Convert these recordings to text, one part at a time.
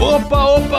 Opa, opa,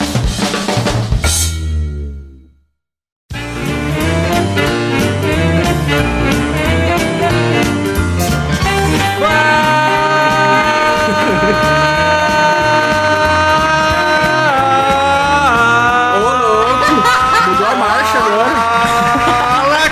Ô, louco! Mudou a Tá marcha agora. Fala,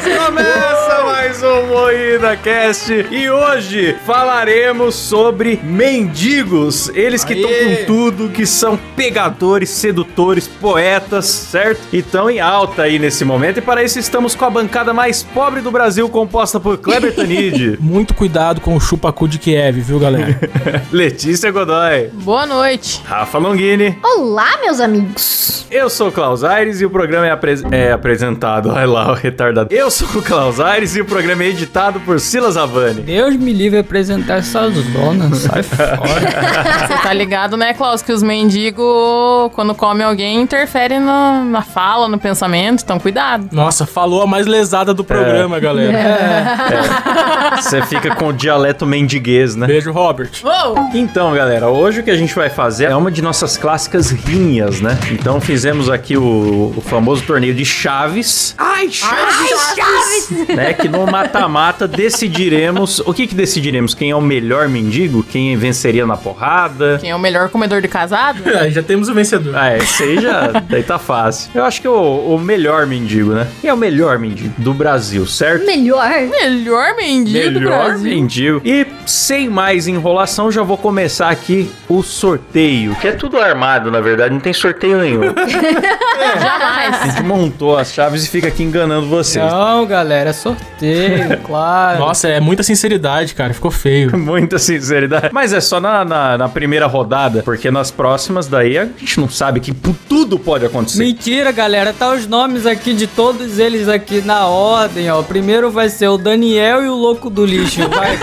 carniceiros! Começa mais um Moída Cast e hoje falaremos sobre mendigos. Eles que estão Aê! com tudo, que são pegadores, sedutores, poetas, certo? E estão em alta aí nesse momento. E para isso estamos com a bancada mais pobre do Brasil, composta por Kleber Tanid, Muito cuidado com o chupacu de Kiev, viu, galera? Letícia Godoy, Boa noite. Rafa Longini. Olá, meus amigos! Eu sou o Klaus Aires e o programa é, apres- é apresentado. Olha lá, o retardado. Eu sou o Klaus Aires e o programa é editado por Silas Avani. Deus me livre de apresentar essas donas. Sai fora. Você tá ligado, né, Klaus, que os mendigos, quando comem alguém, interferem na- na fala, no pensamento, então cuidado. Nossa, falou a mais lesada do programa, galera. É. Você fica com o dialeto mendiguês, né? Beijo, Robert. Uou! Então, galera, hoje o que a gente vai fazer é uma de nossas clássicas rinhas, né? Então fizemos aqui o, o famoso torneio de chaves. Ai, chaves! Né? Que no mata-mata decidiremos... O que que decidiremos? Quem é o melhor mendigo? Quem venceria na porrada? Quem é o melhor comedor de casado? Aí já temos o vencedor. Ah, é, esse aí já. Daí tá fácil. Eu acho que o, o melhor mendigo, né? Quem é o melhor mendigo do Brasil, certo? Melhor! Melhor mendigo do Melhor Brasil. mendigo. E sem mais enrolação, já vou começar aqui o sorteio. Que é tudo armado, na verdade, não tem sorteio nenhum. A Jamais. gente montou as chaves e fica aqui enganando vocês. Não, galera, é sorteio, claro. Nossa, é muita sinceridade, cara. Ficou feio. Muita sinceridade. Mas é só na, na, na primeira rodada, porque nas próximas daí a gente não sabe que pu- tudo pode acontecer. Mentira, galera. Tá os nomes aqui de todos eles aqui na ordem, ó. Primeiro vai ser o Daniel e o Louco do Lixo. Vai,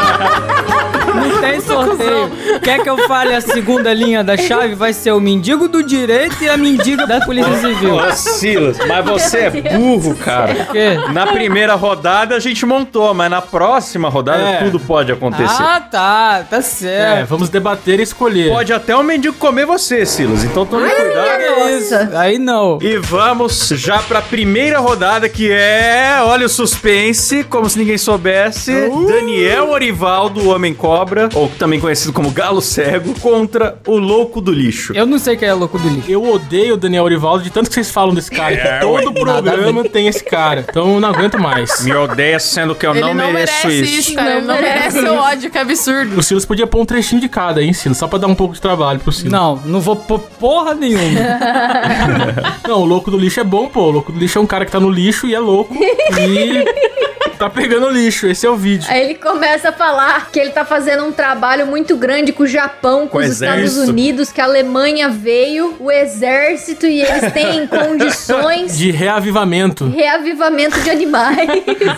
cara. Não tem sorteio. Quer que eu fale a segunda linha da chave? Vai ser o mendigo do direito e a mendiga da Polícia Civil. Ô, Silas, mas você é Meu Deus burro, cara. O quê? Na primeira rodada a gente montou, mas na próxima rodada É. tudo pode acontecer. Ah, tá. Tá certo. É, vamos debater e escolher. Pode até o mendigo comer você, Silas. Então tome cuidado. Que isso? Aí não. E vamos já pra primeira rodada que é, olha o suspense, como se ninguém soubesse, Uh. Daniel Orivaldo, o Homem Cobra, ou também conhecido como Galo Cego, contra o Louco do Lixo. Eu não sei quem é louco do lixo. Eu odeio o Daniel Orivaldo de tanto que vocês falam desse cara. É, que todo programa tem esse cara. Então eu não aguento mais. Me odeia sendo que eu Ele não, merece isso, cara. Não Ele não merece. merece o ódio, que absurdo. O Silas podia pôr um trechinho de cada, hein, Silas? Só pra dar um pouco de trabalho pro Silas. Não, não vou pôr porra nenhuma. Não, o louco do lixo é bom, pô. O louco do lixo é um cara que tá no lixo e é louco. E tá pegando lixo. Esse é o vídeo. Aí ele começa a falar que ele tá fazendo um trabalho muito grande com o Japão, com, Com os exército. Estados Unidos, que a Alemanha veio, o exército, e eles têm condições de De reavivamento. reavivamento de animais.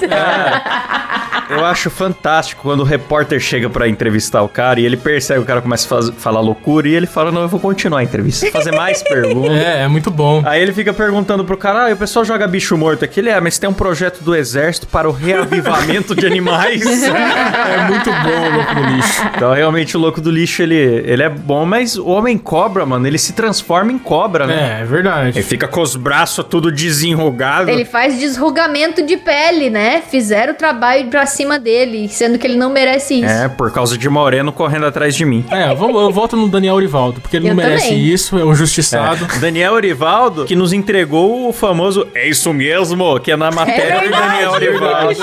Eu acho fantástico quando o repórter chega pra entrevistar o cara e ele percebe que o cara começa a faz- falar loucura e ele fala: Não, eu vou continuar a entrevista, fazer mais perguntas. É, é muito bom. Aí ele fica perguntando pro cara: Ah, e o pessoal joga bicho morto aqui? Ele é, mas tem um projeto do exército para o reavivamento de animais. É muito bom o louco do lixo. Então, realmente, o louco do lixo, ele, ele é bom, mas o Homem-Cobra, mano, ele se transforma em cobra, né? É, é verdade. Ele fica com os braços tudo desenrugado. Ele faz desrugamento de pele, né? Fizeram o trabalho pra cima dele, sendo que ele não merece isso. É, por causa de Moreno correndo atrás de mim. É, vamos, eu voto no Daniel Orivaldo, porque ele Eu não merece também. isso, é um justiçado. Daniel Orivaldo, que nos entregou o famoso É isso mesmo, que é na matéria do Daniel Orivaldo.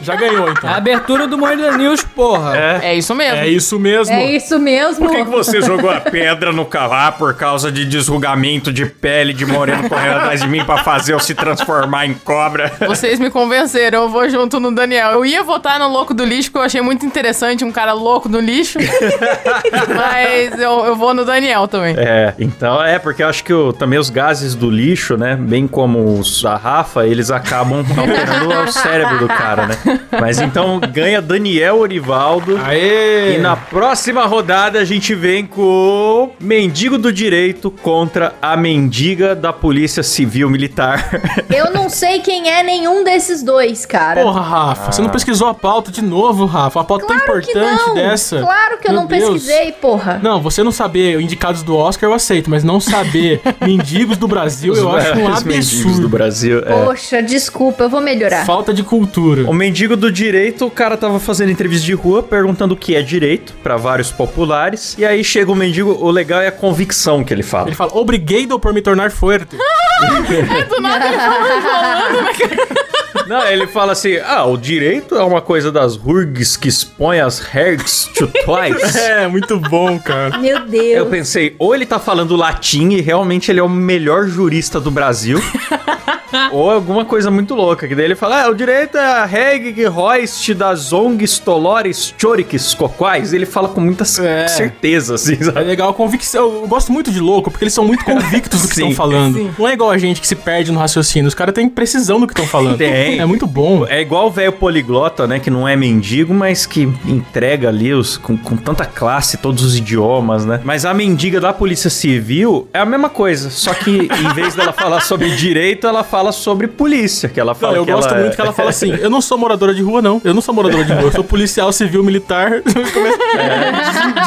Já ganhou, A então. abertura do Moeda News, porra. É isso mesmo. É isso mesmo. É isso mesmo. Por que, que você jogou a pedra no carro? Ah, por causa de desrugamento de pele de moreno correndo atrás de mim pra fazer eu se transformar em cobra. Vocês me convenceram, eu vou junto no Daniel. Eu ia votar no louco do lixo, porque eu achei muito interessante um cara louco do lixo. mas eu, eu vou no Daniel também. É, então é, porque eu acho que o- também os gases do lixo, né? Bem como os da Rafa, eles acabam alterando o cérebro do cara, né? Mas então ganha Daniel Orivaldo. Aê! E na próxima rodada a gente vem com Mendigo do Direito contra a Mendiga da Polícia Civil Militar. Eu não sei quem é nenhum desses dois, cara. Porra, Rafa, Ah. você não pesquisou a pauta de novo, Rafa? A pauta tão claro que importante não. dessa. Claro que eu Meu não Deus. pesquisei, porra. Não, você não saber indicados do Oscar eu aceito, mas não saber mendigos do Brasil eu acho um Os mendigos do absurdo. Brasil. é. Poxa, desculpa, eu vou melhorar. Falta de cultura. O mendigo do direito, o cara tava fazendo entrevista de rua, perguntando o que é direito pra vários populares. E aí chega o mendigo, o legal é a convicção que ele fala. Ele fala, obrigado por me tornar forte. Do nada ele falou, falando, né? Não, ele fala assim: ah, o direito é uma coisa das RURGs que expõe as hergs to twice. é, muito bom, cara. Meu Eu Deus. pensei, ou ele tá falando latim e realmente ele é o melhor jurista do Brasil, ou alguma coisa muito louca, que daí ele fala, ah, o direito é a reg roist das ongs tolores choriques coquais, ele fala com muita c- É. certeza, assim, É sabe? legal a convicção. Eu gosto muito de louco, porque eles são muito convictos do que Sim, estão falando. Não é igual a gente que se perde no raciocínio. Os caras têm precisão do que estão falando. Tem. É muito bom. É igual o velho poliglota, né? Que não é mendigo, mas que entrega ali os, com, com tanta classe todos os idiomas, né? Mas a mendiga da Polícia Civil é a mesma coisa. Só que em vez dela falar sobre direito, ela fala sobre polícia. Que ela fala Não, eu que gosto ela é- muito que ela fala assim: eu não sou moradora de rua, não. Eu não sou moradora de rua, eu sou policial civil militar. Começa- Des-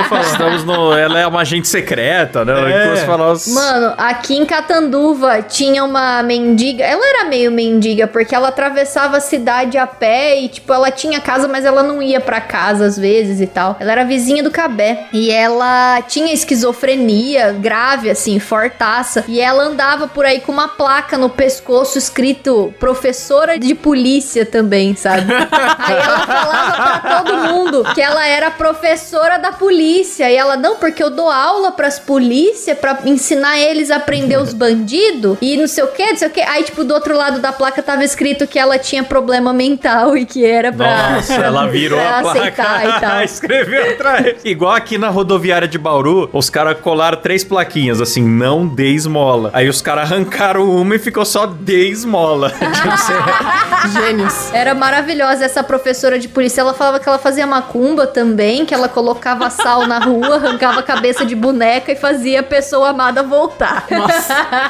a falar. Estamos no. Ela é uma agente secreta, né? É. Que você fala, "Nossa, Mano, aqui em Catanduva tinha uma mendiga. Ela era meio mendiga, porque ela atravessava a cidade a pé e, tipo, ela tinha casa, mas ela não ia pra casa às vezes e tal. Ela era vizinha do Cabé. E ela tinha esquizofrenia grave, assim, fortaça. E ela andava por aí com uma placa no pescoço escrito professora de polícia também, sabe? aí ela falava pra todo mundo que ela era professora da polícia. E ela, não, porque eu dou aula pras polícia pra ensinar eles a prender os bandidos e não sei o que, não sei o que. Aí, tipo, do outro lado da placa tava escrito que ela tinha problema mental e que era pra. Nossa, ela virou pra a placa. aceitar então. e tal. Escreveu atrás. Igual aqui na rodoviária de Bauru, os caras colaram três plaquinhas, assim, não dê esmola. Aí os caras arrancaram uma e ficou só dê esmola. Tipo, você- Gênios. Era maravilhosa essa professora de polícia. Ela falava que ela fazia macumba também, que ela colocava sal na rua, arrancava a cabeça de boneca e fazia a pessoa amada voltar.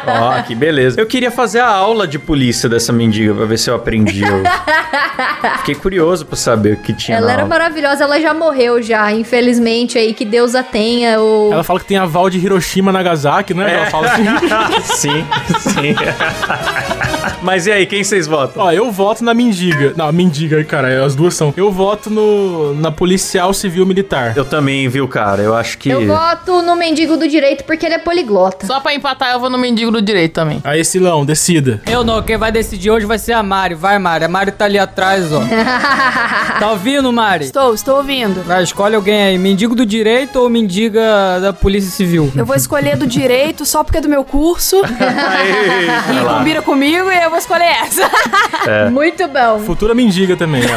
Ó, que beleza. Eu queria fazer a aula de polícia dessa mendiga pra ver se eu aprendi. Eu Fiquei curioso pra saber o que tinha Ela na era aula. maravilhosa, ela já morreu já, infelizmente aí, que Deus a tenha. O... Ela fala que tem a Val de Hiroshima Nagasaki, né? Ela fala assim. sim, sim. Mas e aí, quem vocês votam? Ó, eu voto na mendiga. Não, mendiga, cara, é, as duas são. Eu voto no na policial civil militar. Eu também, viu, cara? Eu acho que. Eu voto no mendigo do direito porque ele é poliglota. Só pra empatar, eu vou no mendigo do direito também. Aí, Silão, decida. Eu não, quem vai decidir hoje vai ser a Mari. Vai, Mari. A Mari tá ali atrás, ó. tá ouvindo, Mari? Estou, estou ouvindo. Vai, escolhe alguém aí. Mendigo do direito ou mendiga da polícia civil? Eu vou escolher do direito só porque é do meu curso. Vai e lá. combina comigo e eu vou escolher essa. Muito bom. Futura mendiga também, né?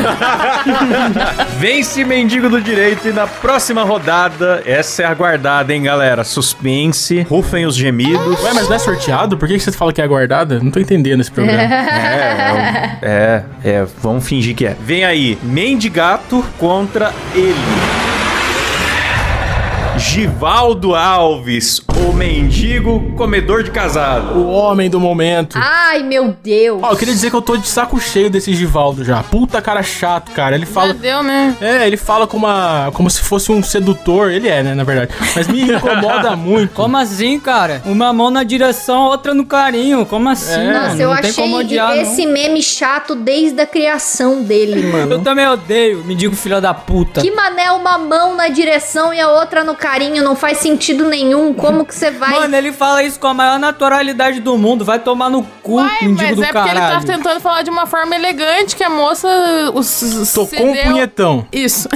Vence Mendigo do Direito e na próxima rodada, essa é aguardada, hein, galera? Suspense, rufem os gemidos. Ué, mas não é sorteado? Por que que você fala que é aguardada? Não tô entendendo esse programa. É, é, é, vamos fingir que é. Vem aí, Mendigato contra ele. Givaldo Alves, o mendigo comedor de casado. O homem do momento. Ai, meu Deus. Ó, eu queria dizer que eu tô de saco cheio desse Givaldo já. Puta cara chato, cara. Ele Já fala. deu, né? É, ele fala com uma, como se fosse um sedutor. Ele é, né, na verdade. Mas me incomoda muito. Como assim, cara? Uma mão na direção, outra no carinho. Como assim? É. mano? Nossa, não eu tem achei como odiar, não. esse meme chato desde a criação dele, Eu mano. também odeio, me digo filha da puta. Que mané, uma mão na direção e a outra no carinho, não faz sentido nenhum. Como que você vai. Mano, ele fala isso com a maior naturalidade do mundo. Vai tomar no cu, Vai, Uh, mendigo mas do é porque ele caralho. tava tentando falar de uma forma elegante que a moça os, Tocou um punhetão. Isso.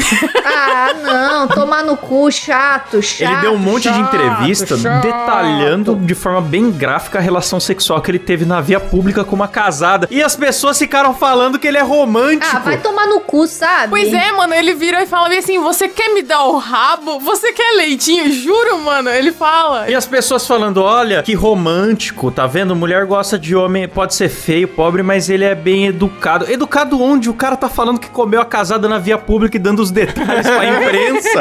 Ah, não, tomar no cu, chato, chato. Ele deu um monte de entrevista detalhando de forma bem gráfica a relação sexual que ele teve na via pública com uma casada. E as pessoas ficaram falando que ele é romântico. Ah, vai tomar no cu, sabe? Pois é, mano, ele vira e fala bem assim: você quer me dar o rabo? Você quer leitinho? Juro, mano, ele fala. E as pessoas falando, olha, que romântico, tá vendo? Mulher gosta de homem, pode ser feio, pobre, mas ele é bem educado. Educado onde? O cara tá falando que comeu a casada na via pública e dando os detalhes pra imprensa.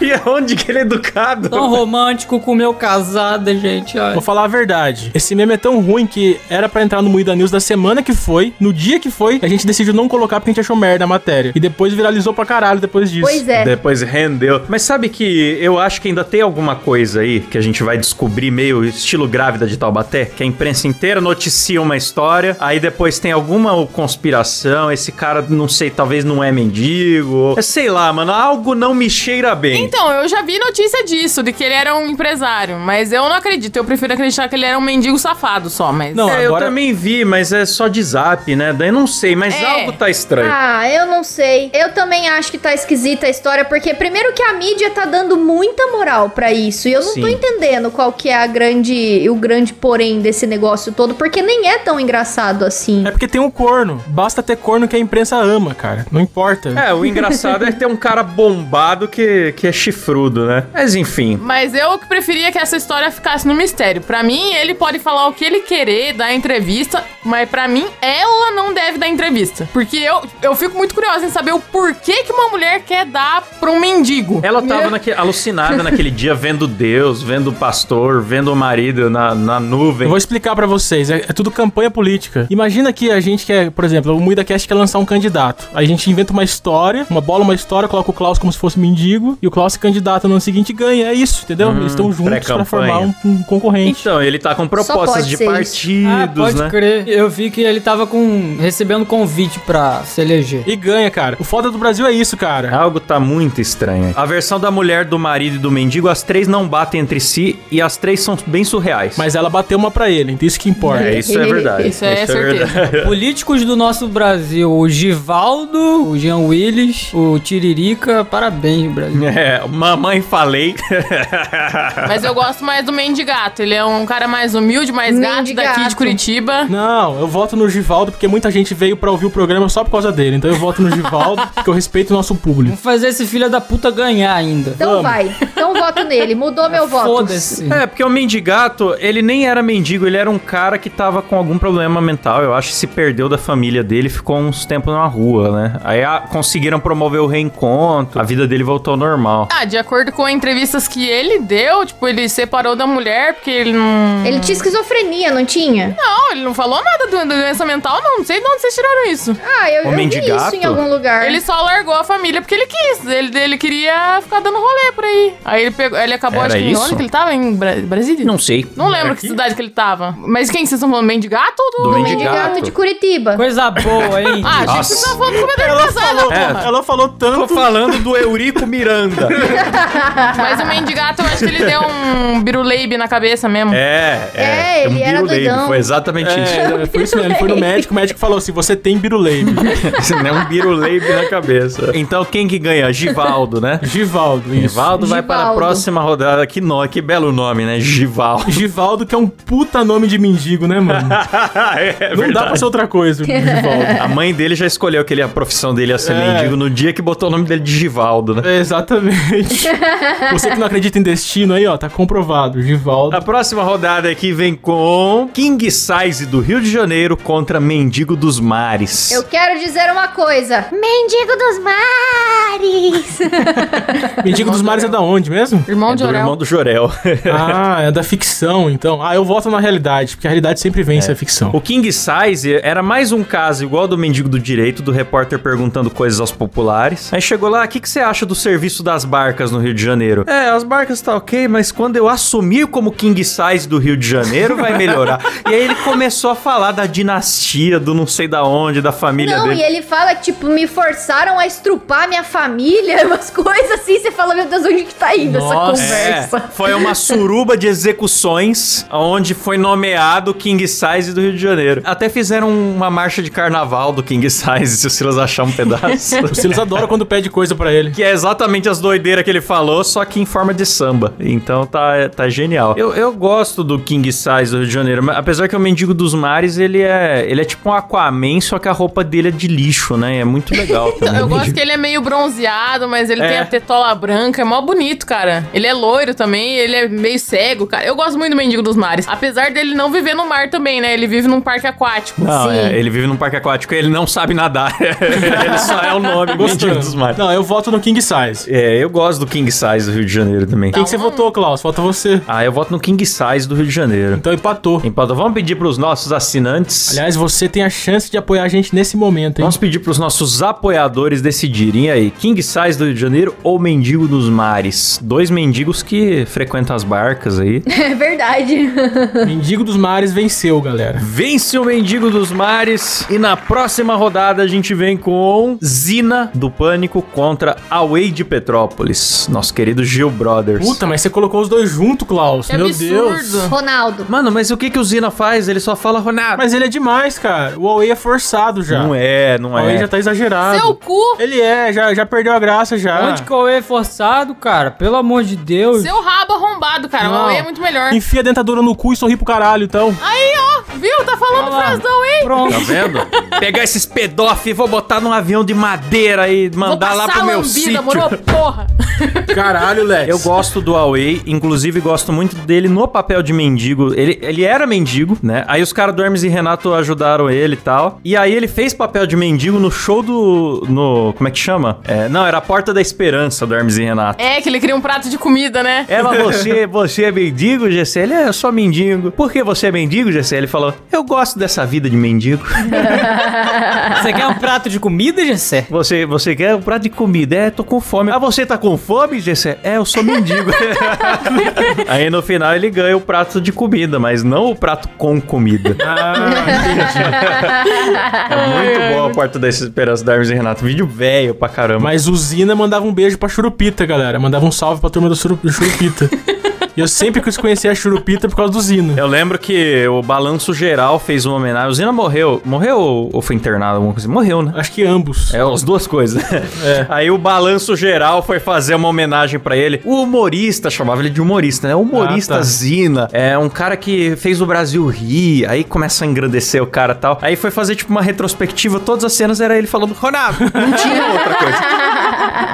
e onde que ele é educado? Tão romântico com meu casada, gente. olha. Vou falar a verdade. Esse meme é tão ruim que era pra entrar no Moída News da semana que foi, no dia que foi, a gente decidiu não colocar porque a gente achou merda a matéria. E depois viralizou pra caralho depois disso. Pois é. Depois rendeu. Mas sabe que eu acho que ainda tem alguma coisa aí que a gente vai descobrir meio estilo grávida de Taubaté, que a imprensa inteira noticia uma história, aí depois tem alguma conspiração, esse cara, não sei, talvez não é mendigo, ou- é, sei lá, mano, algo não me cheira bem. Então, eu já vi notícia disso, de que ele era um empresário, mas eu não acredito. Eu prefiro acreditar que ele era um mendigo safado só, mas. Não, É, agora- eu também vi, mas é só de zap, né? Daí não sei, mas É. algo tá estranho. Ah, eu não sei. Eu também acho que tá esquisita a história, porque primeiro que a mídia tá dando muita moral pra isso, e eu não tô Sim. entendendo qual que é a grande, o grande porém desse negócio todo, porque nem é tão engraçado assim. É porque tem um corno. Basta ter corno que a imprensa ama, cara. Não importa. É, o engraçado é ter um cara bombado que, que é chifrudo, né? Mas enfim. Mas eu que preferia que essa história ficasse no mistério. Pra mim, ele pode falar o que ele querer, dar entrevista, mas pra mim, ela não deve dar entrevista. Porque eu, eu fico muito curiosa em saber o porquê que uma mulher quer dar pra um mendigo. Ela tava naque- alucinada naquele dia, vendo Deus, vendo o pastor, vendo o marido na, na Eu nuvem. vou explicar pra vocês, é, é tudo campanha política. Imagina que a gente quer, por exemplo, o MuidaCast quer lançar um candidato. Aí a gente inventa uma história, uma bola, uma história, coloca o Klaus como se fosse mendigo, e o Klaus se candidata no ano seguinte e ganha. É isso, entendeu? Eles estão juntos pra Uhum. pré-campanha. formar um, um concorrente. Então, ele tá com propostas pode de ser isso. Ah, partidos, pode né? crer. Eu vi que ele tava com recebendo convite pra se eleger. E ganha, cara. O foda do Brasil é isso, cara. Algo tá muito estranho. A versão da mulher, do marido e do mendigo, as três não batem entre si e as três são bem surreais. Mas ela bateu uma pra ele, então isso que importa. É, isso é verdade. Isso é certeza. Políticos do nosso Brasil, o Givaldo, o Jean Willis, o Tiririca, parabéns, Brasil. É, mamãe falei. Mas eu gosto mais do mendigato. Ele é um cara mais humilde, mais gato daqui de Mendigato. Curitiba. Não, eu voto no Givaldo porque muita gente veio pra ouvir o programa só por causa dele. Então eu voto no Givaldo porque eu respeito o nosso público. Vamos fazer esse filho da puta ganhar ainda. Então Vamos. vai. Então voto nele. Mudou meu voto. Foda-se. É, porque o mendigato, ele nem era mendigo, ele era um cara que tava com algum problema mental, eu acho que se perdeu da família dele, ficou uns tempos na rua, né? Aí a- conseguiram promover o reencontro, a vida dele voltou ao normal. Ah, de acordo com entrevistas que ele deu, tipo, ele separou da mulher porque ele não. Ele tinha esquizofrenia, não tinha? Não, ele não falou nada do- da doença mental, não. Não sei de onde vocês tiraram isso. Ah, eu, O eu vi mendigato? isso em algum lugar. É. Ele só largou a família porque ele quis. Ele, ele queria ficar dando rolê por aí. Aí ele, pegou, ele acabou, Era acho que em isso? onde que ele tava? Em Bra Brasília? Não sei. Não lembro que Aqui? cidade que ele tava. Mas quem? Vocês estão falando bem de gato ou do. Do O mendigato. mendigato de Curitiba. Coisa boa, hein? Ah, achei que Nossa. É. vocês estavam falando do comedor de É. casada, porra. Ela falou Tô tanto. falando do Eurico Miranda. Mas o mendigato, eu acho que ele deu um biruleibe na cabeça mesmo. É, É, ele era biruleibe, doidão. Foi exatamente isso. É, foi isso mesmo. Ele foi no médico, o médico falou assim: você tem biruleibe. Isso não é um biruleibe na cabeça. Então quem que ganha? Givaldo, né? Givaldo, isso. Givaldo vai para a Givaldo. próxima rodada. Que, no, que belo nome, né? Givaldo. Givaldo, que é um puta nome de mendigo, né, mano? é Não dá pra ser outra coisa, o Givaldo. A mãe dele já escolheu que ele, a profissão dele ia ser É. mendigo no dia que botou o nome dele de Givaldo, né? É, exatamente. Você que não acredita em destino aí, ó, tá comprovado. Givaldo. A próxima rodada aqui vem com King Size do Rio de Janeiro contra Mendigo dos Mares. Eu quero dizer uma coisa. Mendigo dos mares. Ah, Mendigo dos Mares é da onde mesmo? Irmão É de do Orel. irmão do Jorel. Ah, é da ficção, então. Ah, eu voto na realidade, porque a realidade sempre É. vence a ficção. O King Size era mais um caso igual ao do mendigo do direito, do repórter perguntando coisas aos populares. Aí chegou lá, o que, que você acha do serviço das barcas no Rio de Janeiro? É, as barcas tá ok, mas quando eu assumir como King Size do Rio de Janeiro, vai melhorar. e aí ele começou a falar da dinastia, do não sei da onde, da família Não, dele. e ele fala, tipo, me forçaram a estrupar minha família, umas coisas assim. Você fala, meu Deus, onde que tá indo Nossa. essa É, conversa? foi uma suruba de execuções onde foi nomeado King Size do Rio de Janeiro. Até fizeram uma marcha de carnaval do King Size, se o Silas achar um pedaço. O Silas adora quando pede coisa pra ele. Que é exatamente as doideiras que ele falou, só que em forma de samba. Então tá, tá genial. Eu, eu gosto do King Size do Rio de Janeiro, mas apesar que o Mendigo dos Mares, ele é, ele é tipo um Aquaman, só que a roupa dele é de lixo, né? É muito legal também. Eu gosto que ele é meio bronzeado, mas ele É. tem a tetola branca. É mó bonito, cara. Ele é loiro também, ele é meio cego, cara. Eu gosto muito do Mendigo dos Mares. Apesar dele não viver no mar também, né? Ele vive num parque aquático. Não, é, ele vive num parque aquático e ele não sabe nadar. ele só é o nome, Mendigo dos Mares. Não, eu voto no King Size. É, eu gosto do King Size do Rio de Janeiro também. Então- Quem que você votou, Klaus? Falta você. Ah, eu voto no King Size do Rio de Janeiro. Então empatou. Então, vamos pedir pros nossos assinantes. Aliás, você tem a chance de apoiar a gente nesse momento, hein? Vamos pedir para os nossos apoiadores decidirem E aí, King Size do Rio de Janeiro ou Mendigo dos Mares? Dois mendigos que frequentam as barcas aí. É verdade. Mendigo dos Mares venceu, galera. Vence o Mendigo dos Mares e na próxima rodada a gente vem com Zina do Pânico contra Away de Petrópolis, nosso querido Gil Brothers. Puta, mas você colocou os dois junto, Klaus. Que Meu absurdo. Deus. Ronaldo. Mano, mas o que que o Zina faz? Ele só fala Ronaldo. Mas ele é demais, cara. O Huawei é forçado já. Não é, não O Huawei é. já tá exagerado. Seu cu, Ele é, já, já perdeu a graça já. Onde que eu é forçado, cara? Pelo amor de Deus. seu rabo arrombado, cara. Não. O Huawei é muito melhor. Enfia a dentadura no cu e sorri pro caralho, então. Aí, ó, viu? Tá falando Olha lá. frase do Huawei. Pronto. Tá vendo? Pegar esses pedófilos e vou botar num avião de madeira e Vou mandar passar lá pro meu lambida, sítio. moro? Porra. Caralho, Lex. Eu gosto do Huawei, inclusive gosto muito dele no papel de mendigo. Ele, ele era mendigo, né? Aí os caras do Hermes e Renato ajudaram ele e tal. E aí ele fez papel de mendigo no show do. no. como é que chama? É, não, era a Porta da Esperança do Hermes e Renato. É, que ele cria um prato de comida, né? Ela, você, você é mendigo, GC? Ele é só mendigo. Por que você é mendigo, GC? Ele falou, eu gosto dessa vida de mendigo. Você quer um prato de comida, Gessé? Você, você quer um prato de comida? É, tô com fome. Ah, você tá com fome, Gessé? É, eu sou mendigo. Aí no final ele ganha o prato de comida, mas não o prato com comida. é muito boa a porta da esperança da Hermes e Renato. Vídeo velho pra caramba. Mas o Zina mandava um beijo pra Churupita, galera. Mandava um salve pra turma do Churu- do Churupita. e eu sempre quis conhecer a Churupita por causa do Zina. Eu lembro que o Balanço Geral fez uma homenagem. O Zina morreu. Morreu ou- ou foi internado? Alguma coisa? Morreu, né? Acho que ambos. É, as duas coisas. É. Aí o balanço geral foi fazer uma homenagem pra ele. O humorista, chamava ele de humorista, né? O humorista Ah, tá. Zina. É um cara que fez o Brasil rir, aí começa a engrandecer o cara e tal. Aí foi fazer, tipo, uma retrospectiva. Todas as cenas era ele falando, Ronaldo, não tinha outra coisa.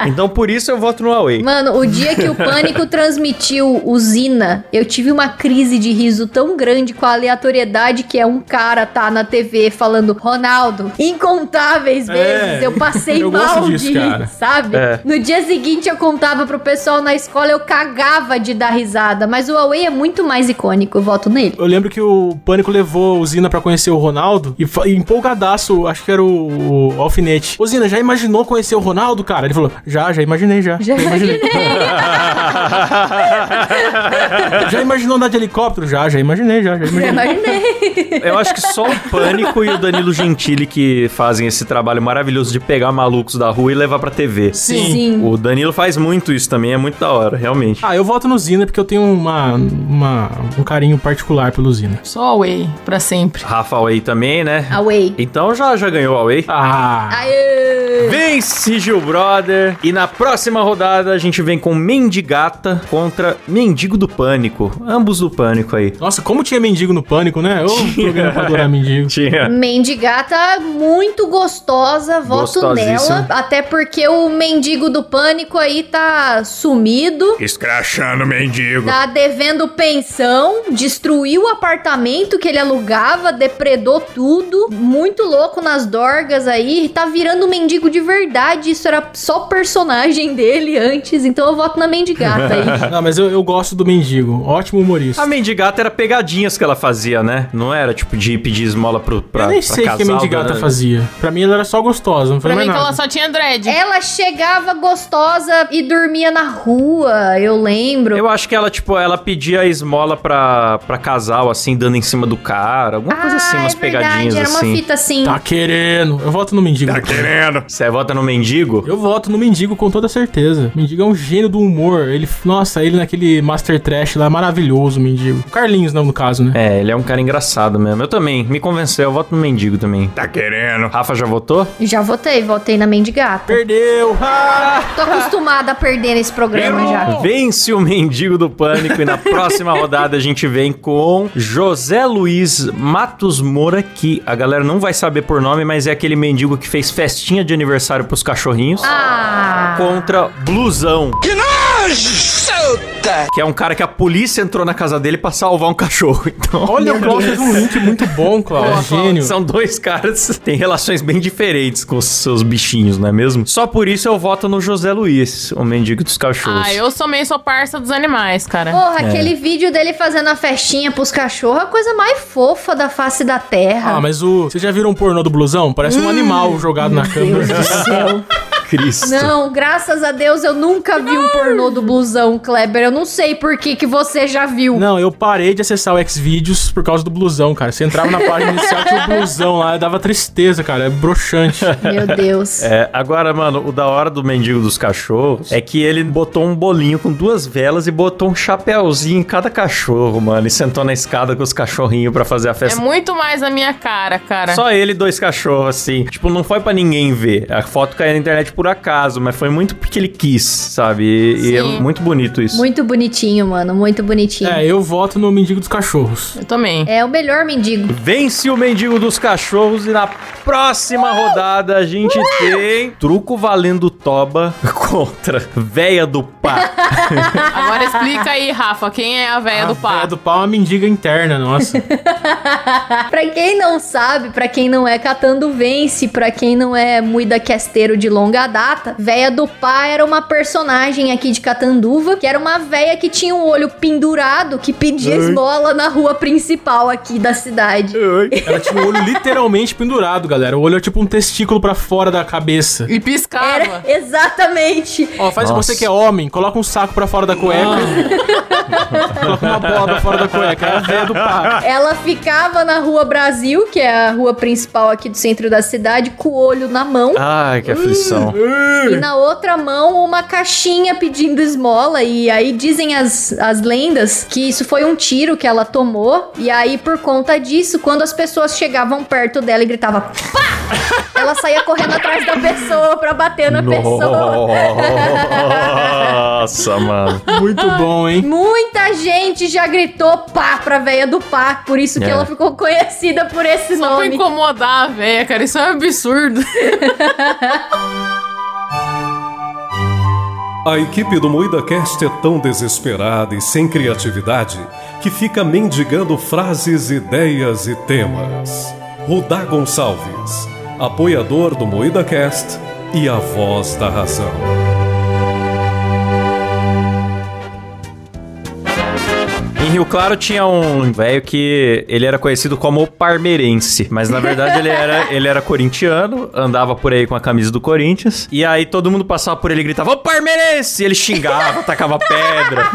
Então por isso eu voto no Huawei. Mano, o dia que o Pânico transmitiu Usina, eu tive uma crise de riso tão grande com a aleatoriedade que é um cara tá na TV falando Ronaldo incontáveis vezes. Eu passei É. eu gosto mal disso, de cara. rir, sabe? É. No dia seguinte eu contava pro pessoal na escola, eu cagava de dar risada. Mas o Huawei é muito mais icônico, eu voto nele. Eu lembro que o Pânico levou o Zina pra conhecer o Ronaldo e, fa- e empolgadaço, acho que era o, o Alfinete. Ô Zina, já imaginou conhecer o Ronaldo, cara? Ele falou, já, já imaginei, já. Já imaginei. já imaginou andar de helicóptero? Já, já imaginei, já, já Eu imaginei. imaginei. Eu acho que só o Pânico e o Danilo Gentili que fazem esse trabalho maravilhoso de pegar malucos da rua e levar pra TV. Sim. O Danilo faz muito isso também, é muito da hora, realmente. Ah, eu voto no Zina porque eu tenho uma, uma- um carinho particular pelo Zina. Só Huawei, pra sempre. Rafa Away também, né? Huawei. Então já, já ganhou a Away. Ah, Aê! Vence Gil Brother. E na próxima rodada a gente vem com Mendigata contra Mendigo do Pânico. Ambos do Pânico aí. nossa, como tinha mendigo no Pânico, né? Ô, programa pra adorar mendigo. Tinha. Mendigata muito gostosa, voto Gostosíssima. nela. Até porque o mendigo do pânico aí tá sumido. Escrachando mendigo. Tá devendo pensão, destruiu o apartamento que ele alugava, depredou tudo, muito louco nas dorgas aí, tá virando um mendigo de verdade. Isso era só o personagem dele antes, então eu voto na Mendigata aí. Não, mas eu, eu gosto do mendigo. Ótimo humorista. A mendigata era pegadinhas que ela fazia, né? Não era tipo de pedir esmola pro, pra, eu nem pra sei o que a casal, mendigata né? fazia. Pra mim ela era só gostosa, não Pra fazia mim mais que ela nada. só tinha dread. Ela chegava gostosa e dormia na rua, eu lembro. Eu acho que ela, tipo, ela pedia esmola pra, pra casal, assim, dando em cima do cara. Alguma coisa assim, umas pegadinhas Ah, é era uma assim. fita assim. Tá querendo. Eu voto no mendigo. Tá Você vota no mendigo? Eu voto no Mendigo com toda certeza. Mendigo é um gênio do humor. Ele, nossa, ele naquele Master Trash lá, maravilhoso, o Mendigo. Carlinhos, não, no caso, né? É, ele é um cara engraçado mesmo. Eu também, me convenceu, eu voto no mendigo também. Tá querendo. Rafa já votou? Já votei, votei na Mendigata. Perdeu! Ah! Tô acostumada a perder nesse programa já. Vence o mendigo do pânico e na próxima rodada a gente vem com José Luiz Matos Moura, que a galera não vai saber por nome, mas é aquele mendigo que fez festinha de aniversário pros cachorrinhos. Ah, Contra Blusão. Que nojo! Que é um cara que a polícia entrou na casa dele pra salvar um cachorro. Então, Olha, o Klaus fez um link muito bom, Klaus. Gênio. São dois caras que têm relações bem diferentes com os seus bichinhos, não é mesmo? Só por isso eu voto no José Luiz, o mendigo dos cachorros. Ah, eu sou meio sou parça dos animais, cara. porra, aquele vídeo dele fazendo a festinha pros cachorros, a coisa mais fofa da face da terra. Ah, mas o. Vocês já viram um pornô do blusão? Parece Hum, um animal jogado na câmera. Cristo. Não, graças a Deus eu nunca vi um pornô do blusão, Kleber. Eu não sei por que, que você já viu. Não, eu parei de acessar o Xvideos por causa do blusão, cara. Você entrava na página inicial tinha o blusão lá, dava tristeza, cara. É broxante. Meu Deus. É, agora, mano, o da hora do mendigo dos cachorros é que ele botou um bolinho com duas velas e botou um chapéuzinho em cada cachorro, mano. E sentou na escada com os cachorrinhos pra fazer a É festa. muito mais a minha cara, cara. Só ele e dois cachorros, assim. Tipo, não foi pra ninguém ver. A foto caiu na internet por acaso, mas foi muito porque ele quis, sabe? E, e é Sim. muito bonito isso. Muito bonitinho, mano. Muito bonitinho. É, eu voto no mendigo dos cachorros. Eu também. É o melhor mendigo. Vence o mendigo dos cachorros e na próxima rodada a gente tem truco valendo toba contra véia do pá. Agora explica aí, Rafa, quem é a véia do A véia pá? do pau é uma mendiga interna, nossa. Pra quem não sabe, pra quem não é catando vence, pra quem não é muida casteiro de longa data, Véia do Pá era uma personagem aqui de Catanduva, que era uma véia que tinha um olho pendurado que pedia esmola na rua principal aqui da cidade. Ela tinha o olho literalmente pendurado, galera. O olho é tipo um testículo pra fora da cabeça. E piscava. Era exatamente. Ó, faz Nossa. você que é homem, coloca um saco pra fora da cueca. coloca uma bola pra fora da cueca. É a véia do pá. Ela ficava na Rua Brasil, que é a rua principal aqui do centro da cidade, com o olho na mão. Ai, que aflição. E na outra mão, uma caixinha pedindo esmola. E aí dizem as, as lendas que isso foi um tiro que ela tomou. E aí, por conta disso, quando as pessoas chegavam perto dela e gritava pá! ela saía correndo atrás da pessoa pra bater na pessoa. Nossa, mano. Muito bom, hein? Muita gente já gritou pá pra véia do pá. Por isso que É. ela ficou conhecida por esse Só pra nome. incomodar a véia, cara. Isso é um absurdo. A equipe do MoídaCast é tão desesperada e sem criatividade que fica mendigando frases, ideias e temas. Rudá Gonçalves, apoiador do MoídaCast e a voz da razão. Em Rio Claro tinha um velho que ele era conhecido como o Parmeirense, mas na verdade ele era, ele era corintiano, andava por aí com a camisa do Corinthians, e aí todo mundo passava por ele e gritava, ô Parmeirense! E ele xingava, tacava pedra.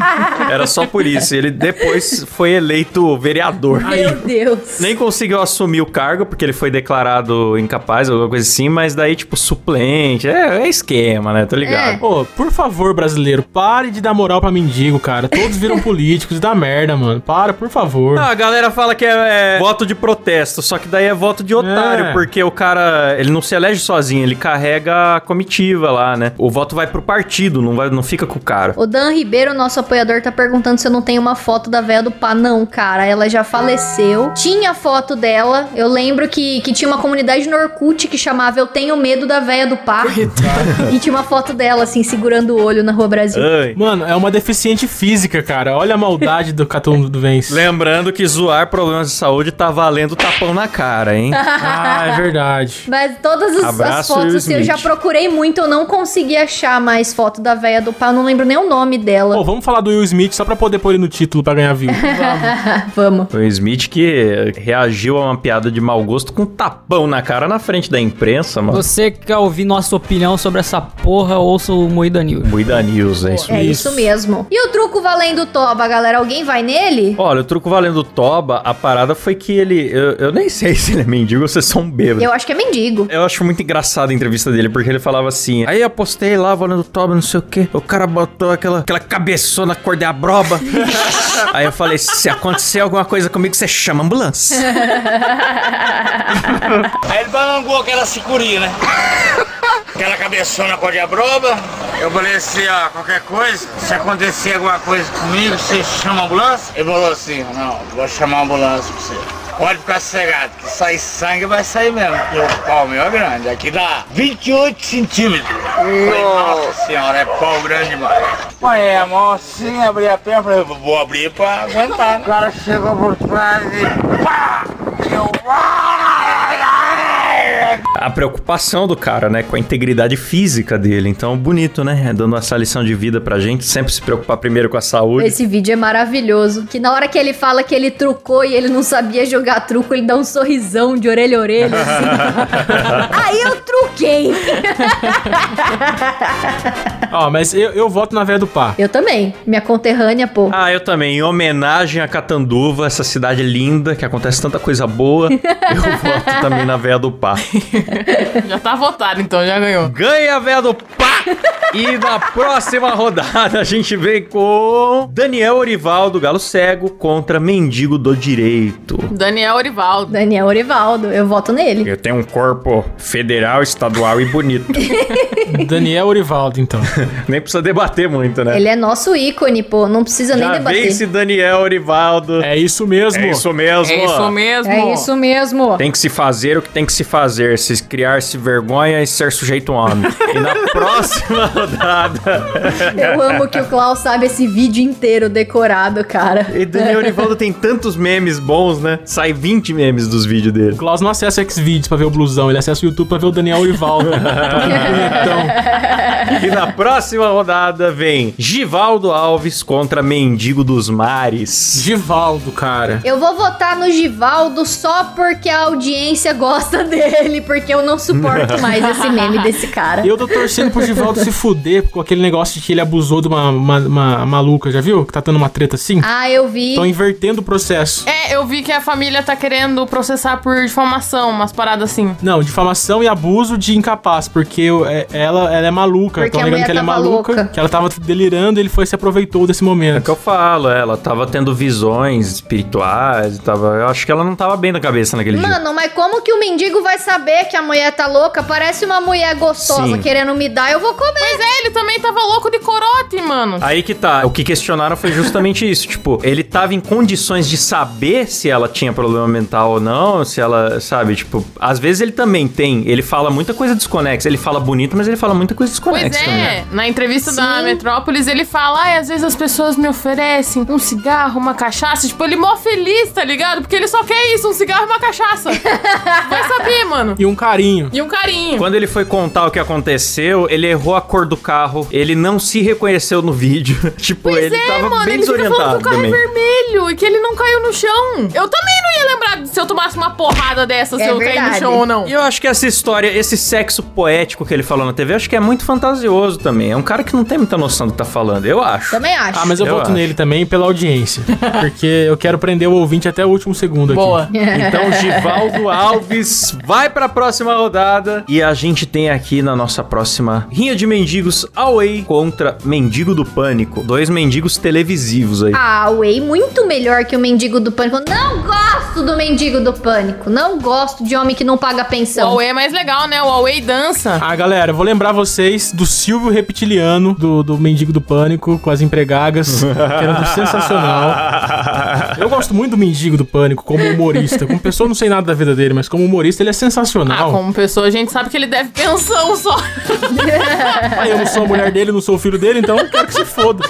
Era só por isso. Ele depois foi eleito vereador. Meu Deus. Nem conseguiu assumir o cargo, porque ele foi declarado incapaz, alguma coisa assim, mas daí, tipo, suplente. É, é esquema, né? Tô É. ligado. Ô, por favor, brasileiro, pare de dar moral pra mendigo, cara. Todos viram políticos e dá merda, mano. Para, por favor. Não, a galera fala que é, é voto de protesto, só que daí é voto de otário, É. porque o cara, ele não se elege sozinho, ele carrega a comitiva lá, né? O voto vai pro partido, não, vai, não fica com o cara. O Dan Ribeiro, nosso apoiador, tá perguntando se eu não tenho uma foto da véia do pá. Não, cara, ela já faleceu. Tinha foto dela. Eu lembro que, que tinha uma comunidade no Orkut que chamava Eu Tenho Medo da Véia do Pá. e tinha uma foto dela, assim, segurando o olho na Rua Brasil. Ai. Mano, é uma deficiente física, cara. Olha a maldade do Catum do Vence. Lembrando que zoar problemas de saúde tá valendo tapão na cara, hein? Ah, é verdade. Mas todas as, as Abraço, fotos, Will assim, eu Smith. já procurei muito, eu não consegui achar mais foto da véia do pau, eu não lembro nem o nome dela. Oh. Pô, vamos falar do Will Smith só pra poder pôr ele no título pra ganhar view. Ah, Vamos. O Smith que reagiu a uma piada de mau gosto com um tapão na cara na frente da imprensa, mano. Você que quer ouvir nossa opinião sobre essa porra, ouça o Moída News. Muida News, é isso É mesmo. isso mesmo. E o truco valendo toba, galera? Alguém vai nele? Olha, o truco valendo toba, a parada foi que ele. Eu, eu nem sei se ele é mendigo ou se é só um bêbado. Eu acho que é mendigo. Eu acho muito engraçada a entrevista dele, porque ele falava assim: aí apostei lá, valendo toba, não sei o quê. O cara botou aquela, aquela cabeçona cor de abroba. aí eu falei: se acontecer alguma coisa comigo, você chama a ambulância. Aí ele balangou aquela sicuri, né? Aquela cabeçona cor de abroba. Eu falei assim, ó, qualquer coisa, se acontecer alguma coisa comigo, você chama a ambulância? Ele falou assim, não, vou chamar a ambulância pra você. Pode ficar sossegado, que sair sangue vai sair mesmo, porque o pau meu é grande. Aqui dá 28 centímetros. Falei, Nossa senhora, é pau grande demais. Mas é, a mocinha abri a perna, falei, vou abrir pra aguentar. né? O cara chegou por trás e pá! "Ah!" Eu... a preocupação do cara, né, com a integridade física dele. Então, bonito, né? Dando essa lição de vida pra gente. Sempre se preocupar primeiro com a saúde. Esse vídeo é maravilhoso. Que na hora que ele fala que ele trucou e ele não sabia jogar truco, ele dá um sorrisão de orelha a orelha. assim. Aí eu truquei. Ó, mas eu, eu voto na véia do pá. Eu também. Minha conterrânea, pô. Ah, eu também. Em homenagem a Catanduva, essa cidade linda que acontece tanta coisa boa, eu voto também na Véia do Pá. Já tá votado, então, já ganhou. Ganha a Véia do Pá! E na próxima rodada a gente vem com Daniel Orival do Galo Cego contra Mendigo do Direito. Daniel Orivaldo. Daniel Orivaldo, eu voto nele. Eu tenho um corpo federal, estadual e bonito. Daniel Orivaldo, então. Nem precisa debater muito, né? Ele é nosso ícone, pô. Não precisa nem Já debater. vence Daniel Orivaldo. É isso mesmo. É isso mesmo. É isso mesmo. É isso mesmo. Tem que se fazer o que tem que se fazer, se criar-se vergonha e ser sujeito homem. e na próxima rodada. Eu amo que o Klaus sabe esse vídeo inteiro decorado, cara. E Daniel Orivaldo tem tantos memes bons, né? Sai 20 memes dos vídeos O dele. Klaus não acessa Xvideos pra ver o blusão, ele acessa o YouTube pra ver o Daniel Orivaldo. então, E na próxima rodada vem Givaldo Alves contra Mendigo dos Mares. Givaldo, cara. Eu vou votar no Givaldo só porque a audiência gosta dele, porque eu não suporto mais esse meme desse cara. Eu tô torcendo pro Givaldo se fuder com aquele negócio de que ele abusou de uma, uma- uma maluca, já viu? Que tá tendo uma treta assim. Ah, eu vi. Estão invertendo o processo. É, eu vi que a família tá querendo processar por difamação, umas paradas assim. Não, difamação e abuso de incapaz, porque eu- é- ela, ela é maluca. Porque Estão a negando mulher que ela é tava maluca, louca. que ela tava delirando e ele foi e se aproveitou desse É o que momento. eu falo, ela tava tendo visões espirituais, tava, eu acho que ela não tava bem da cabeça naquele dia. Mano, mas como que o mendigo vai saber que a mulher tá louca? Parece uma mulher gostosa Sim. querendo me dar, eu vou comer. Mas é, ele também tava louco de corote, mano. Aí que tá. O que questionaram foi justamente isso. Tipo, ele tava em condições de saber se ela tinha problema mental ou não, se ela, sabe, tipo, às vezes ele também tem. Ele fala muita coisa desconexa. Ele fala bonito, mas ele fala muita coisa Pois desconexa também. é, na entrevista da Metrópolis ele fala, ai, às vezes as pessoas me oferecem um cigarro, uma cachaça. Tipo, ele mó feliz, tá ligado? Porque ele só quer isso, um cigarro e uma cachaça. Vai saber, mano. E um carinho. E um carinho. Quando ele foi contar o que aconteceu, ele errou a cor do carro, ele não se reconheceu no vídeo. tipo, Pois ele é, tava mano, bem ele fica falando desorientado que o carro também. é vermelho e que ele não caiu no chão. Eu também não ia lembrar se eu tomasse uma porrada dessa, se É eu caí no verdade. chão ou não. E eu acho que essa história, esse sexo poético que ele falou na TV, eu acho que é muito fantasioso também. É um cara que não tem muita noção do que tá falando, eu acho. Também acho. Ah, mas eu, Eu voto acho. nele também pela audiência. Porque eu quero prender o ouvinte até o último segundo aqui. Boa. Então, Givaldo Alves vai pra próxima rodada. E a gente tem aqui na nossa próxima Rinha de Mendigos Away contra Mendigo do Pânico. Dois mendigos televisivos aí. Ah, Way, muito melhor que o mendigo do pânico. Não gosto do mendigo do pânico. Não gosto de homem que não paga O pensão. Huawei é mais legal, né? O Huawei dança. Ah, galera, eu vou lembrar vocês do Silvio Reptiliano, do, do Mendigo do Pânico, com as empregagas, que era sensacional. Eu gosto muito do Mendigo do Pânico como humorista. Como pessoa, eu não sei nada da vida dele, mas como humorista, ele é Ah, sensacional. como pessoa, a gente sabe que ele deve pensão só. Ah, eu não sou a mulher dele, não sou o filho dele, então eu quero que se foda.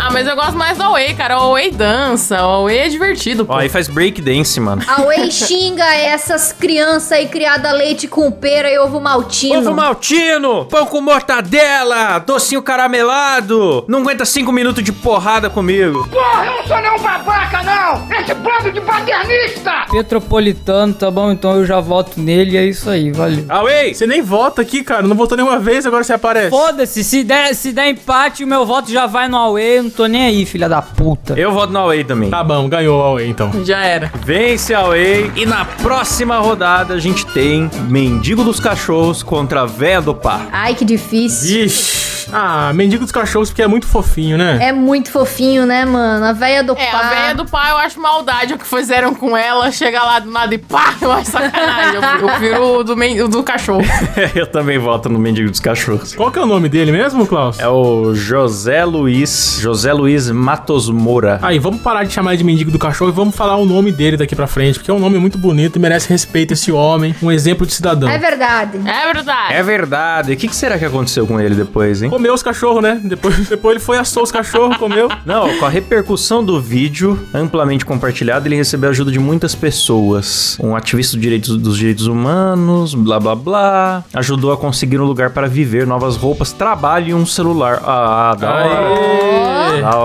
Ah, mas eu gosto mais do Away, cara. O Away dança, o Away é divertido, pô. Ó, aí faz break dance, mano. A Wei xinga essas crianças aí criada a leite com pera e ovo maltino. Ovo maltino, pão com mortadela, docinho caramelado. Não aguenta cinco minutos de porrada comigo. Porra, eu não sou não babaca, não! Esse bando de paternista! Petropolitano, tá bom? Então eu já voto nele e é isso aí, valeu. Away! Você nem vota aqui, cara. Não votou nenhuma vez, agora você aparece. Foda-se, se der, se der empate, o meu voto já vai no Away, eu não tô nem aí, filha da puta. Eu voto no Away também. Tá bom, ganhou o Huawei, então. Já era. Vence Away e na próxima rodada a gente tem Mendigo dos Cachorros contra a Véia do Par. Ai, que difícil. Ixi. Ah, mendigo dos cachorros, porque é muito fofinho, né? É muito fofinho, né, mano? A véia do É, pá. a velha do pai eu acho maldade o que fizeram com ela. Chega lá do nada e pá, eu acho sacanagem. Eu, eu viro o do, men- o do cachorro. Eu também voto no Mendigo dos Cachorros. Qual que é o nome dele mesmo, Klaus? É o José Luiz, José Luiz Matos Moura. Aí, vamos parar de chamar ele de mendigo do cachorro e vamos falar o nome dele daqui pra frente, porque é um nome muito bonito e merece respeito esse homem, um exemplo de cidadão. É verdade. É verdade. É verdade. O que, que será que aconteceu com ele depois, hein? Comeu os cachorros, né? Depois, depois ele foi, assou os cachorros, comeu. Não, com a repercussão do vídeo amplamente compartilhado, ele recebeu a ajuda de muitas pessoas. Um ativista do direitos- dos direitos humanos, blá blá blá. Ajudou a conseguir um lugar para viver, novas roupas, trabalho e um celular. Ah, da hora. Da hora, da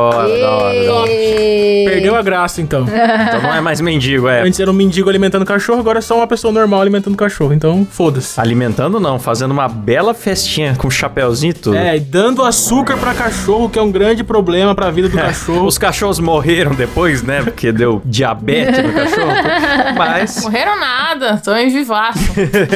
hora. da hora. E- Perdeu a graça, então. Então não é mais mendigo, é. Antes era um mendigo alimentando cachorro, agora é só uma pessoa normal alimentando cachorro. Então, foda-se. Alimentando não, fazendo uma bela festinha com chapéuzinho e tudo. É, e dando açúcar pra cachorro, que é um grande problema pra vida do cachorro. É. Os cachorros morreram depois, né? Porque deu diabetes no cachorro. Mas Morreram nada, tô em vivaço.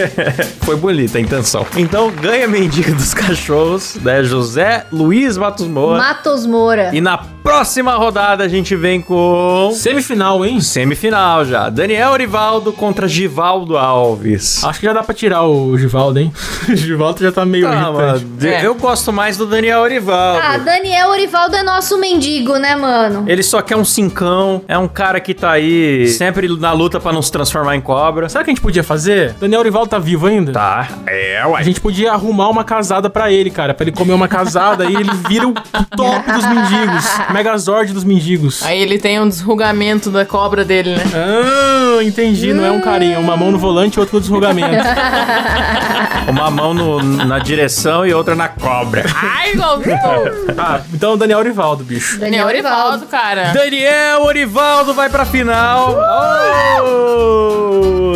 Foi bonita a intenção. Então ganha mendigo dos cachorros, né? José Luiz Matos Moura. Matos Moura. e na próxima rodada a gente vem com. Semifinal, hein? Semifinal já. Daniel Orivaldo contra Givaldo Alves. Acho que já dá pra tirar o Givaldo, hein? o Givaldo já tá meio Ah, irritante. mano, Eu gosto mais do Daniel Orivaldo. Ah, Daniel Orivaldo é nosso mendigo, né, mano? Ele só quer um cincão, é um cara que tá aí sempre na luta pra não se transformar em cobra. Sabe o que a gente podia fazer? Daniel Rival tá vivo ainda? Tá. É, ué. A gente podia arrumar uma casada pra ele, cara. Pra ele comer uma casada e ele vira o top dos mendigos. Megazord dos mendigos. Aí ele tem um desrugamento da cobra dele, né? Ah, entendi. Não é um carinho. é Uma mão no volante e outra no desrugamento. Uma mão no- na direção e outra na cobra. Ai, gostou. Ah, então Daniel Rivaldo, bicho. Daniel Orivaldo, cara. Daniel É, Orivaldo vai pra final. Oh!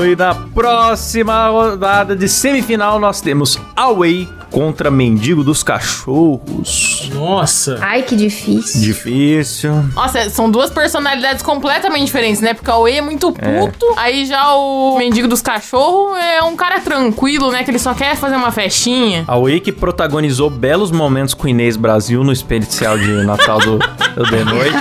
E na próxima rodada de semifinal nós temos Away contra Mendigo dos Cachorros. Nossa. Ai, que difícil. Difícil. Nossa, são duas personalidades completamente diferentes, né? Porque o Wei é muito puto, aí já o mendigo dos cachorros é um cara tranquilo, né? Que ele só quer fazer uma festinha. Away que protagonizou belos momentos com Inês Brasil no especial de Natal do, do The Noite.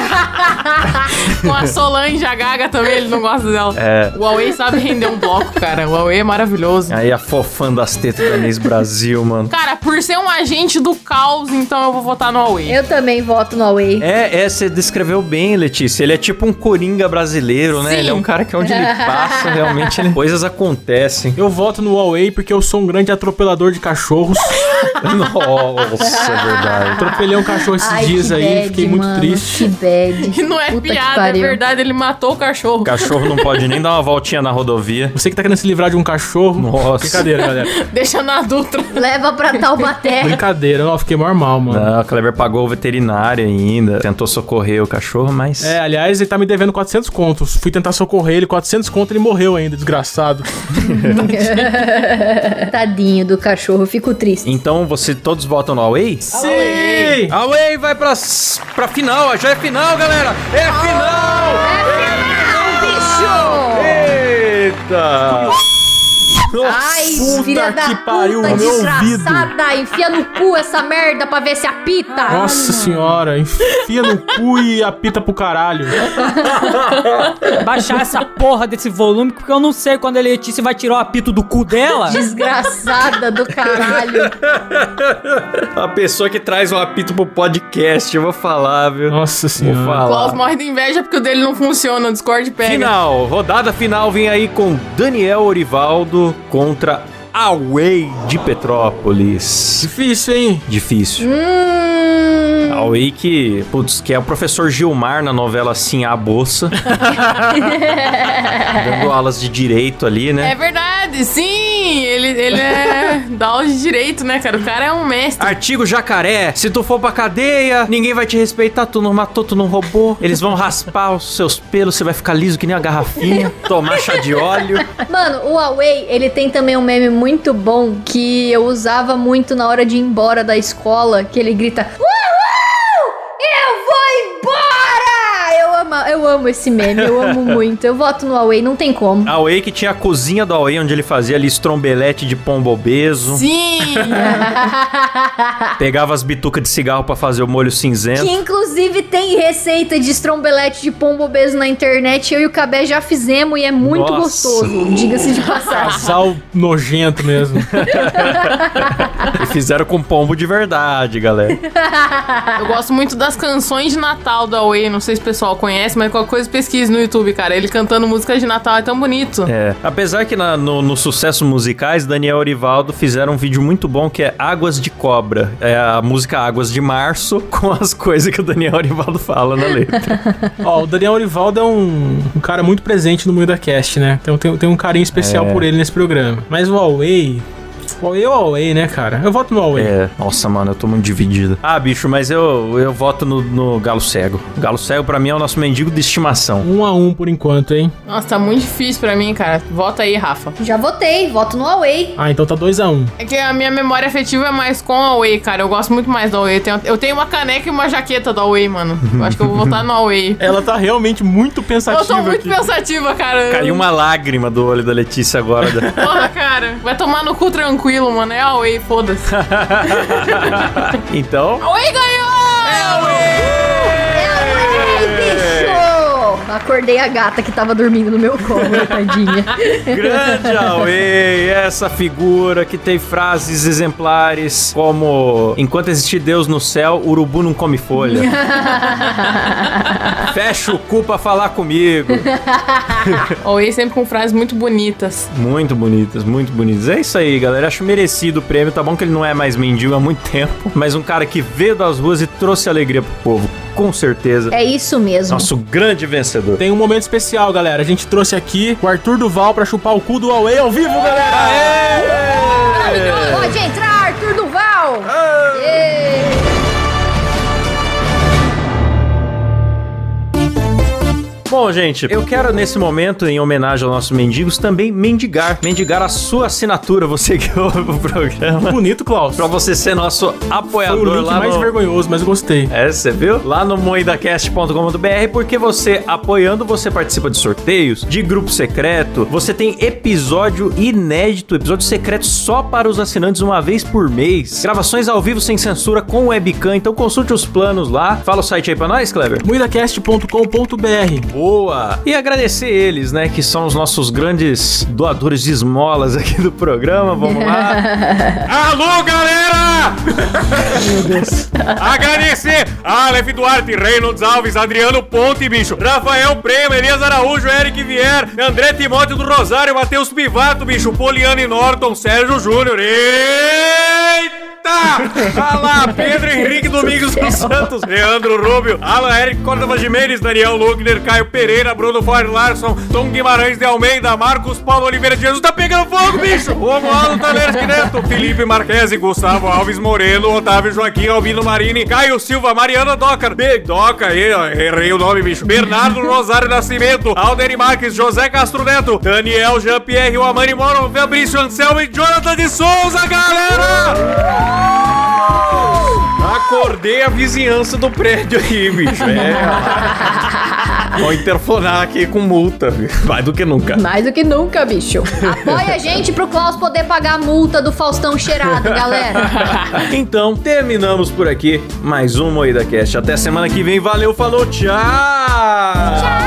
Com a Solange, a Gaga também, ele não gosta dela. É. O Huawei sabe render um bloco, cara. O Huawei é maravilhoso. Aí afofando as tetas da Inês Brasil, mano. Cara, por ser um agente do caos, então eu vou votar no Huawei. Eu também voto no Away. É, é, você descreveu bem, Letícia. Ele é tipo um coringa brasileiro, né? Sim. Ele é um cara que onde ele passa, realmente, né? ele- coisas acontecem. Eu voto no Huawei porque eu sou um grande atropelador de cachorros. Nossa, é verdade. Atropelei um cachorro esses dias aí, fiquei muito mano, Que triste. bad. E não é Puta que piada, é pariu. verdade, ele matou o cachorro. O cachorro não pode nem dar uma voltinha na rodovia. Você que tá querendo se livrar de um cachorro. Nossa. Brincadeira, galera. Deixa na Dutra. Leva pra Taubaté. Brincadeira, ó, fiquei maior mal, mano. Não, o Kleber pagou o veterinário ainda, tentou socorrer o cachorro, mas. É, aliás, ele tá me devendo 400 contos. Fui tentar socorrer ele, 400 contos, ele morreu ainda, desgraçado. Tadinho do cachorro, fico triste. Então você todos votam no Away? Sim! Away vai pra, pra final, já é final, galera! É final! É final, bicho! Eita! Ai, Puta filha da que puta, pariu, meu desgraçada, enfia no cu essa merda pra ver se apita. Nossa senhora, enfia no cu e apita pro caralho. Baixar essa porra desse volume, porque eu não sei quando a Letícia vai tirar o apito do cu dela. Desgraçada do caralho. A pessoa que traz o apito pro podcast, eu vou falar, viu? Nossa vou senhora. falar. Klaus morre de inveja porque o dele não funciona, o Discord pega. Final, rodada final vem aí com Daniel Orivaldo contra Away de Petrópolis. Difícil, hein? Difícil. Hum, Aui que, putz, que é o professor Gilmar na novela Assim a Bolsa. Dando aulas de direito ali, É né? verdade, sim! Ele, ele é da aula de direito, né, cara? O cara é um mestre. Artigo jacaré, se tu for pra cadeia, ninguém vai te respeitar, tu não matou, tu não roubou. Eles vão raspar os seus pelos, você vai ficar liso que nem uma garrafinha, tomar chá de óleo. Mano, o Huawei, ele tem também um meme muito bom que eu usava muito na hora de ir embora da escola, que ele grita: Uhul! Eu vou embora! Eu amo, eu amo esse meme, eu amo muito. Eu voto no Huawei, não tem como. Aoi que tinha a cozinha do Aoi, onde ele fazia ali estrombelete de pombo obeso, Sim! pegava as bitucas de cigarro pra fazer o molho cinzento. Que inclusive tem receita de estrombelete de pombo obeso na internet. Eu e o Cabé já fizemos e é muito Nossa. gostoso, diga-se de passagem. Casal nojento mesmo. E fizeram com pombo de verdade, galera. Eu gosto muito das canções de Natal da Away. Não sei se o pessoal conhece, mas qualquer coisa pesquisa no YouTube, cara. Ele cantando música de Natal é tão bonito. É. Apesar que na- no, no sucesso musicais, Daniel Orivaldo fizeram um vídeo muito bom que é Águas de Cobra. É a música Águas de Março com as coisas que o Daniel Orivaldo fala na letra. Ó, o Daniel Orivaldo é um, um cara muito presente no mundo da cast, né? Então tem, tem um carinho especial É. por ele nesse programa. Mas o Huawei. O Huawei é o Huawei, né, cara? Eu voto no Huawei. é. Nossa, mano, eu tô muito dividido. Ah, bicho, mas eu, eu voto no, no Galo Cego. O Galo Cego, pra mim, é o nosso mendigo de estimação. Um a um por enquanto, hein? Nossa, tá muito difícil pra mim, cara. Volta aí, Rafa. Já votei, voto no Huawei. Ah, então tá dois a um. É que a minha memória afetiva é mais com a Away, cara. Eu gosto muito mais da Away. Eu tenho, eu tenho uma caneca e uma jaqueta da Away, mano. Eu acho que eu vou voltar no Away. Ela tá realmente muito pensativa Eu sou muito aqui. pensativa, cara. Caiu uma lágrima do olho da Letícia agora. né? da- Porra, cara. Vai tomar no cu tranquilo, mano. É a Away, foda-se. Então, Away ganhou! É a Away! Ai, bicho! Acordei a gata que tava dormindo no meu colo, tadinha. Grande Aue, essa figura que tem frases exemplares como Enquanto existir Deus no céu, urubu não come folha. Fecha o cu pra falar comigo. Away sempre com frases muito bonitas. Muito bonitas, muito bonitas. É isso aí, galera. Acho merecido o prêmio. Tá bom que ele não é mais mendigo há muito tempo, mas um cara que veio das ruas e trouxe alegria pro povo, com certeza. É isso mesmo. Nosso grande vencedor. Tem um momento especial, galera. A gente trouxe aqui o Arthur Duval pra chupar o cu do Huawei ao vivo, galera! Pode entrar, Arthur Duval! Ê! Bom, gente, eu quero nesse momento, em homenagem aos nossos mendigos, também mendigar. Mendigar a sua assinatura, você que ouve o programa. Bonito, Klaus. Pra você ser nosso Foi o apoiador link lá mais no... vergonhoso, mas eu gostei. É, você viu? Lá no moidacast.com.br, porque você apoiando, você participa de sorteios, de grupo secreto, você tem episódio inédito, episódio secreto só para os assinantes uma vez por mês, gravações ao vivo sem censura com webcam, então consulte os planos lá. Fala o site aí pra nós, Kleber. Muidacast.com.br Boa! E agradecer eles, né, que são os nossos grandes doadores de esmolas aqui do programa. Vamos lá. Alô, galera! Meu Deus. Agradecer! Aleph Duarte, Reynolds Alves, Adriano Ponte, bicho, Rafael Prema, Elias Araújo, Eric Vier, André Timóteo do Rosário, Matheus Pivato, bicho, Poliane Norton, Sérgio Júnior. Eita! Alá, Pedro Henrique Domingos dos Santos, Leandro Rubio, Alan Eric Córdova Jimenez, Daniel Lugner, Caio Pereira, Bruno Fire Larson, Tom Guimarães de Almeida, Marcos Paulo Oliveira de Jesus, tá pegando fogo, bicho! Romualdo Taleres Neto, Felipe Marquese, Gustavo Alves Moreno, Otávio Joaquim, Albino Marini, Caio Silva, Mariana Doca, B. Doca, e- ó, errei o nome, bicho, Bernardo Rosário Nascimento, Alderi Marques, José Castro Neto, Daniel Jean-Pierre, Amani Moro, Fabrício Anselmo e Jonathan de Souza, galera! Uh! Acordei a vizinhança do prédio aí, bicho. É. Vou interfonar aqui com multa. Mais do que nunca. Mais do que nunca, bicho. Apoia a gente pro Klaus poder pagar a multa do Faustão cheirado, galera. Então, terminamos por aqui mais um Moída Cast. Até semana que vem. Valeu, falou, tchau! Tchau!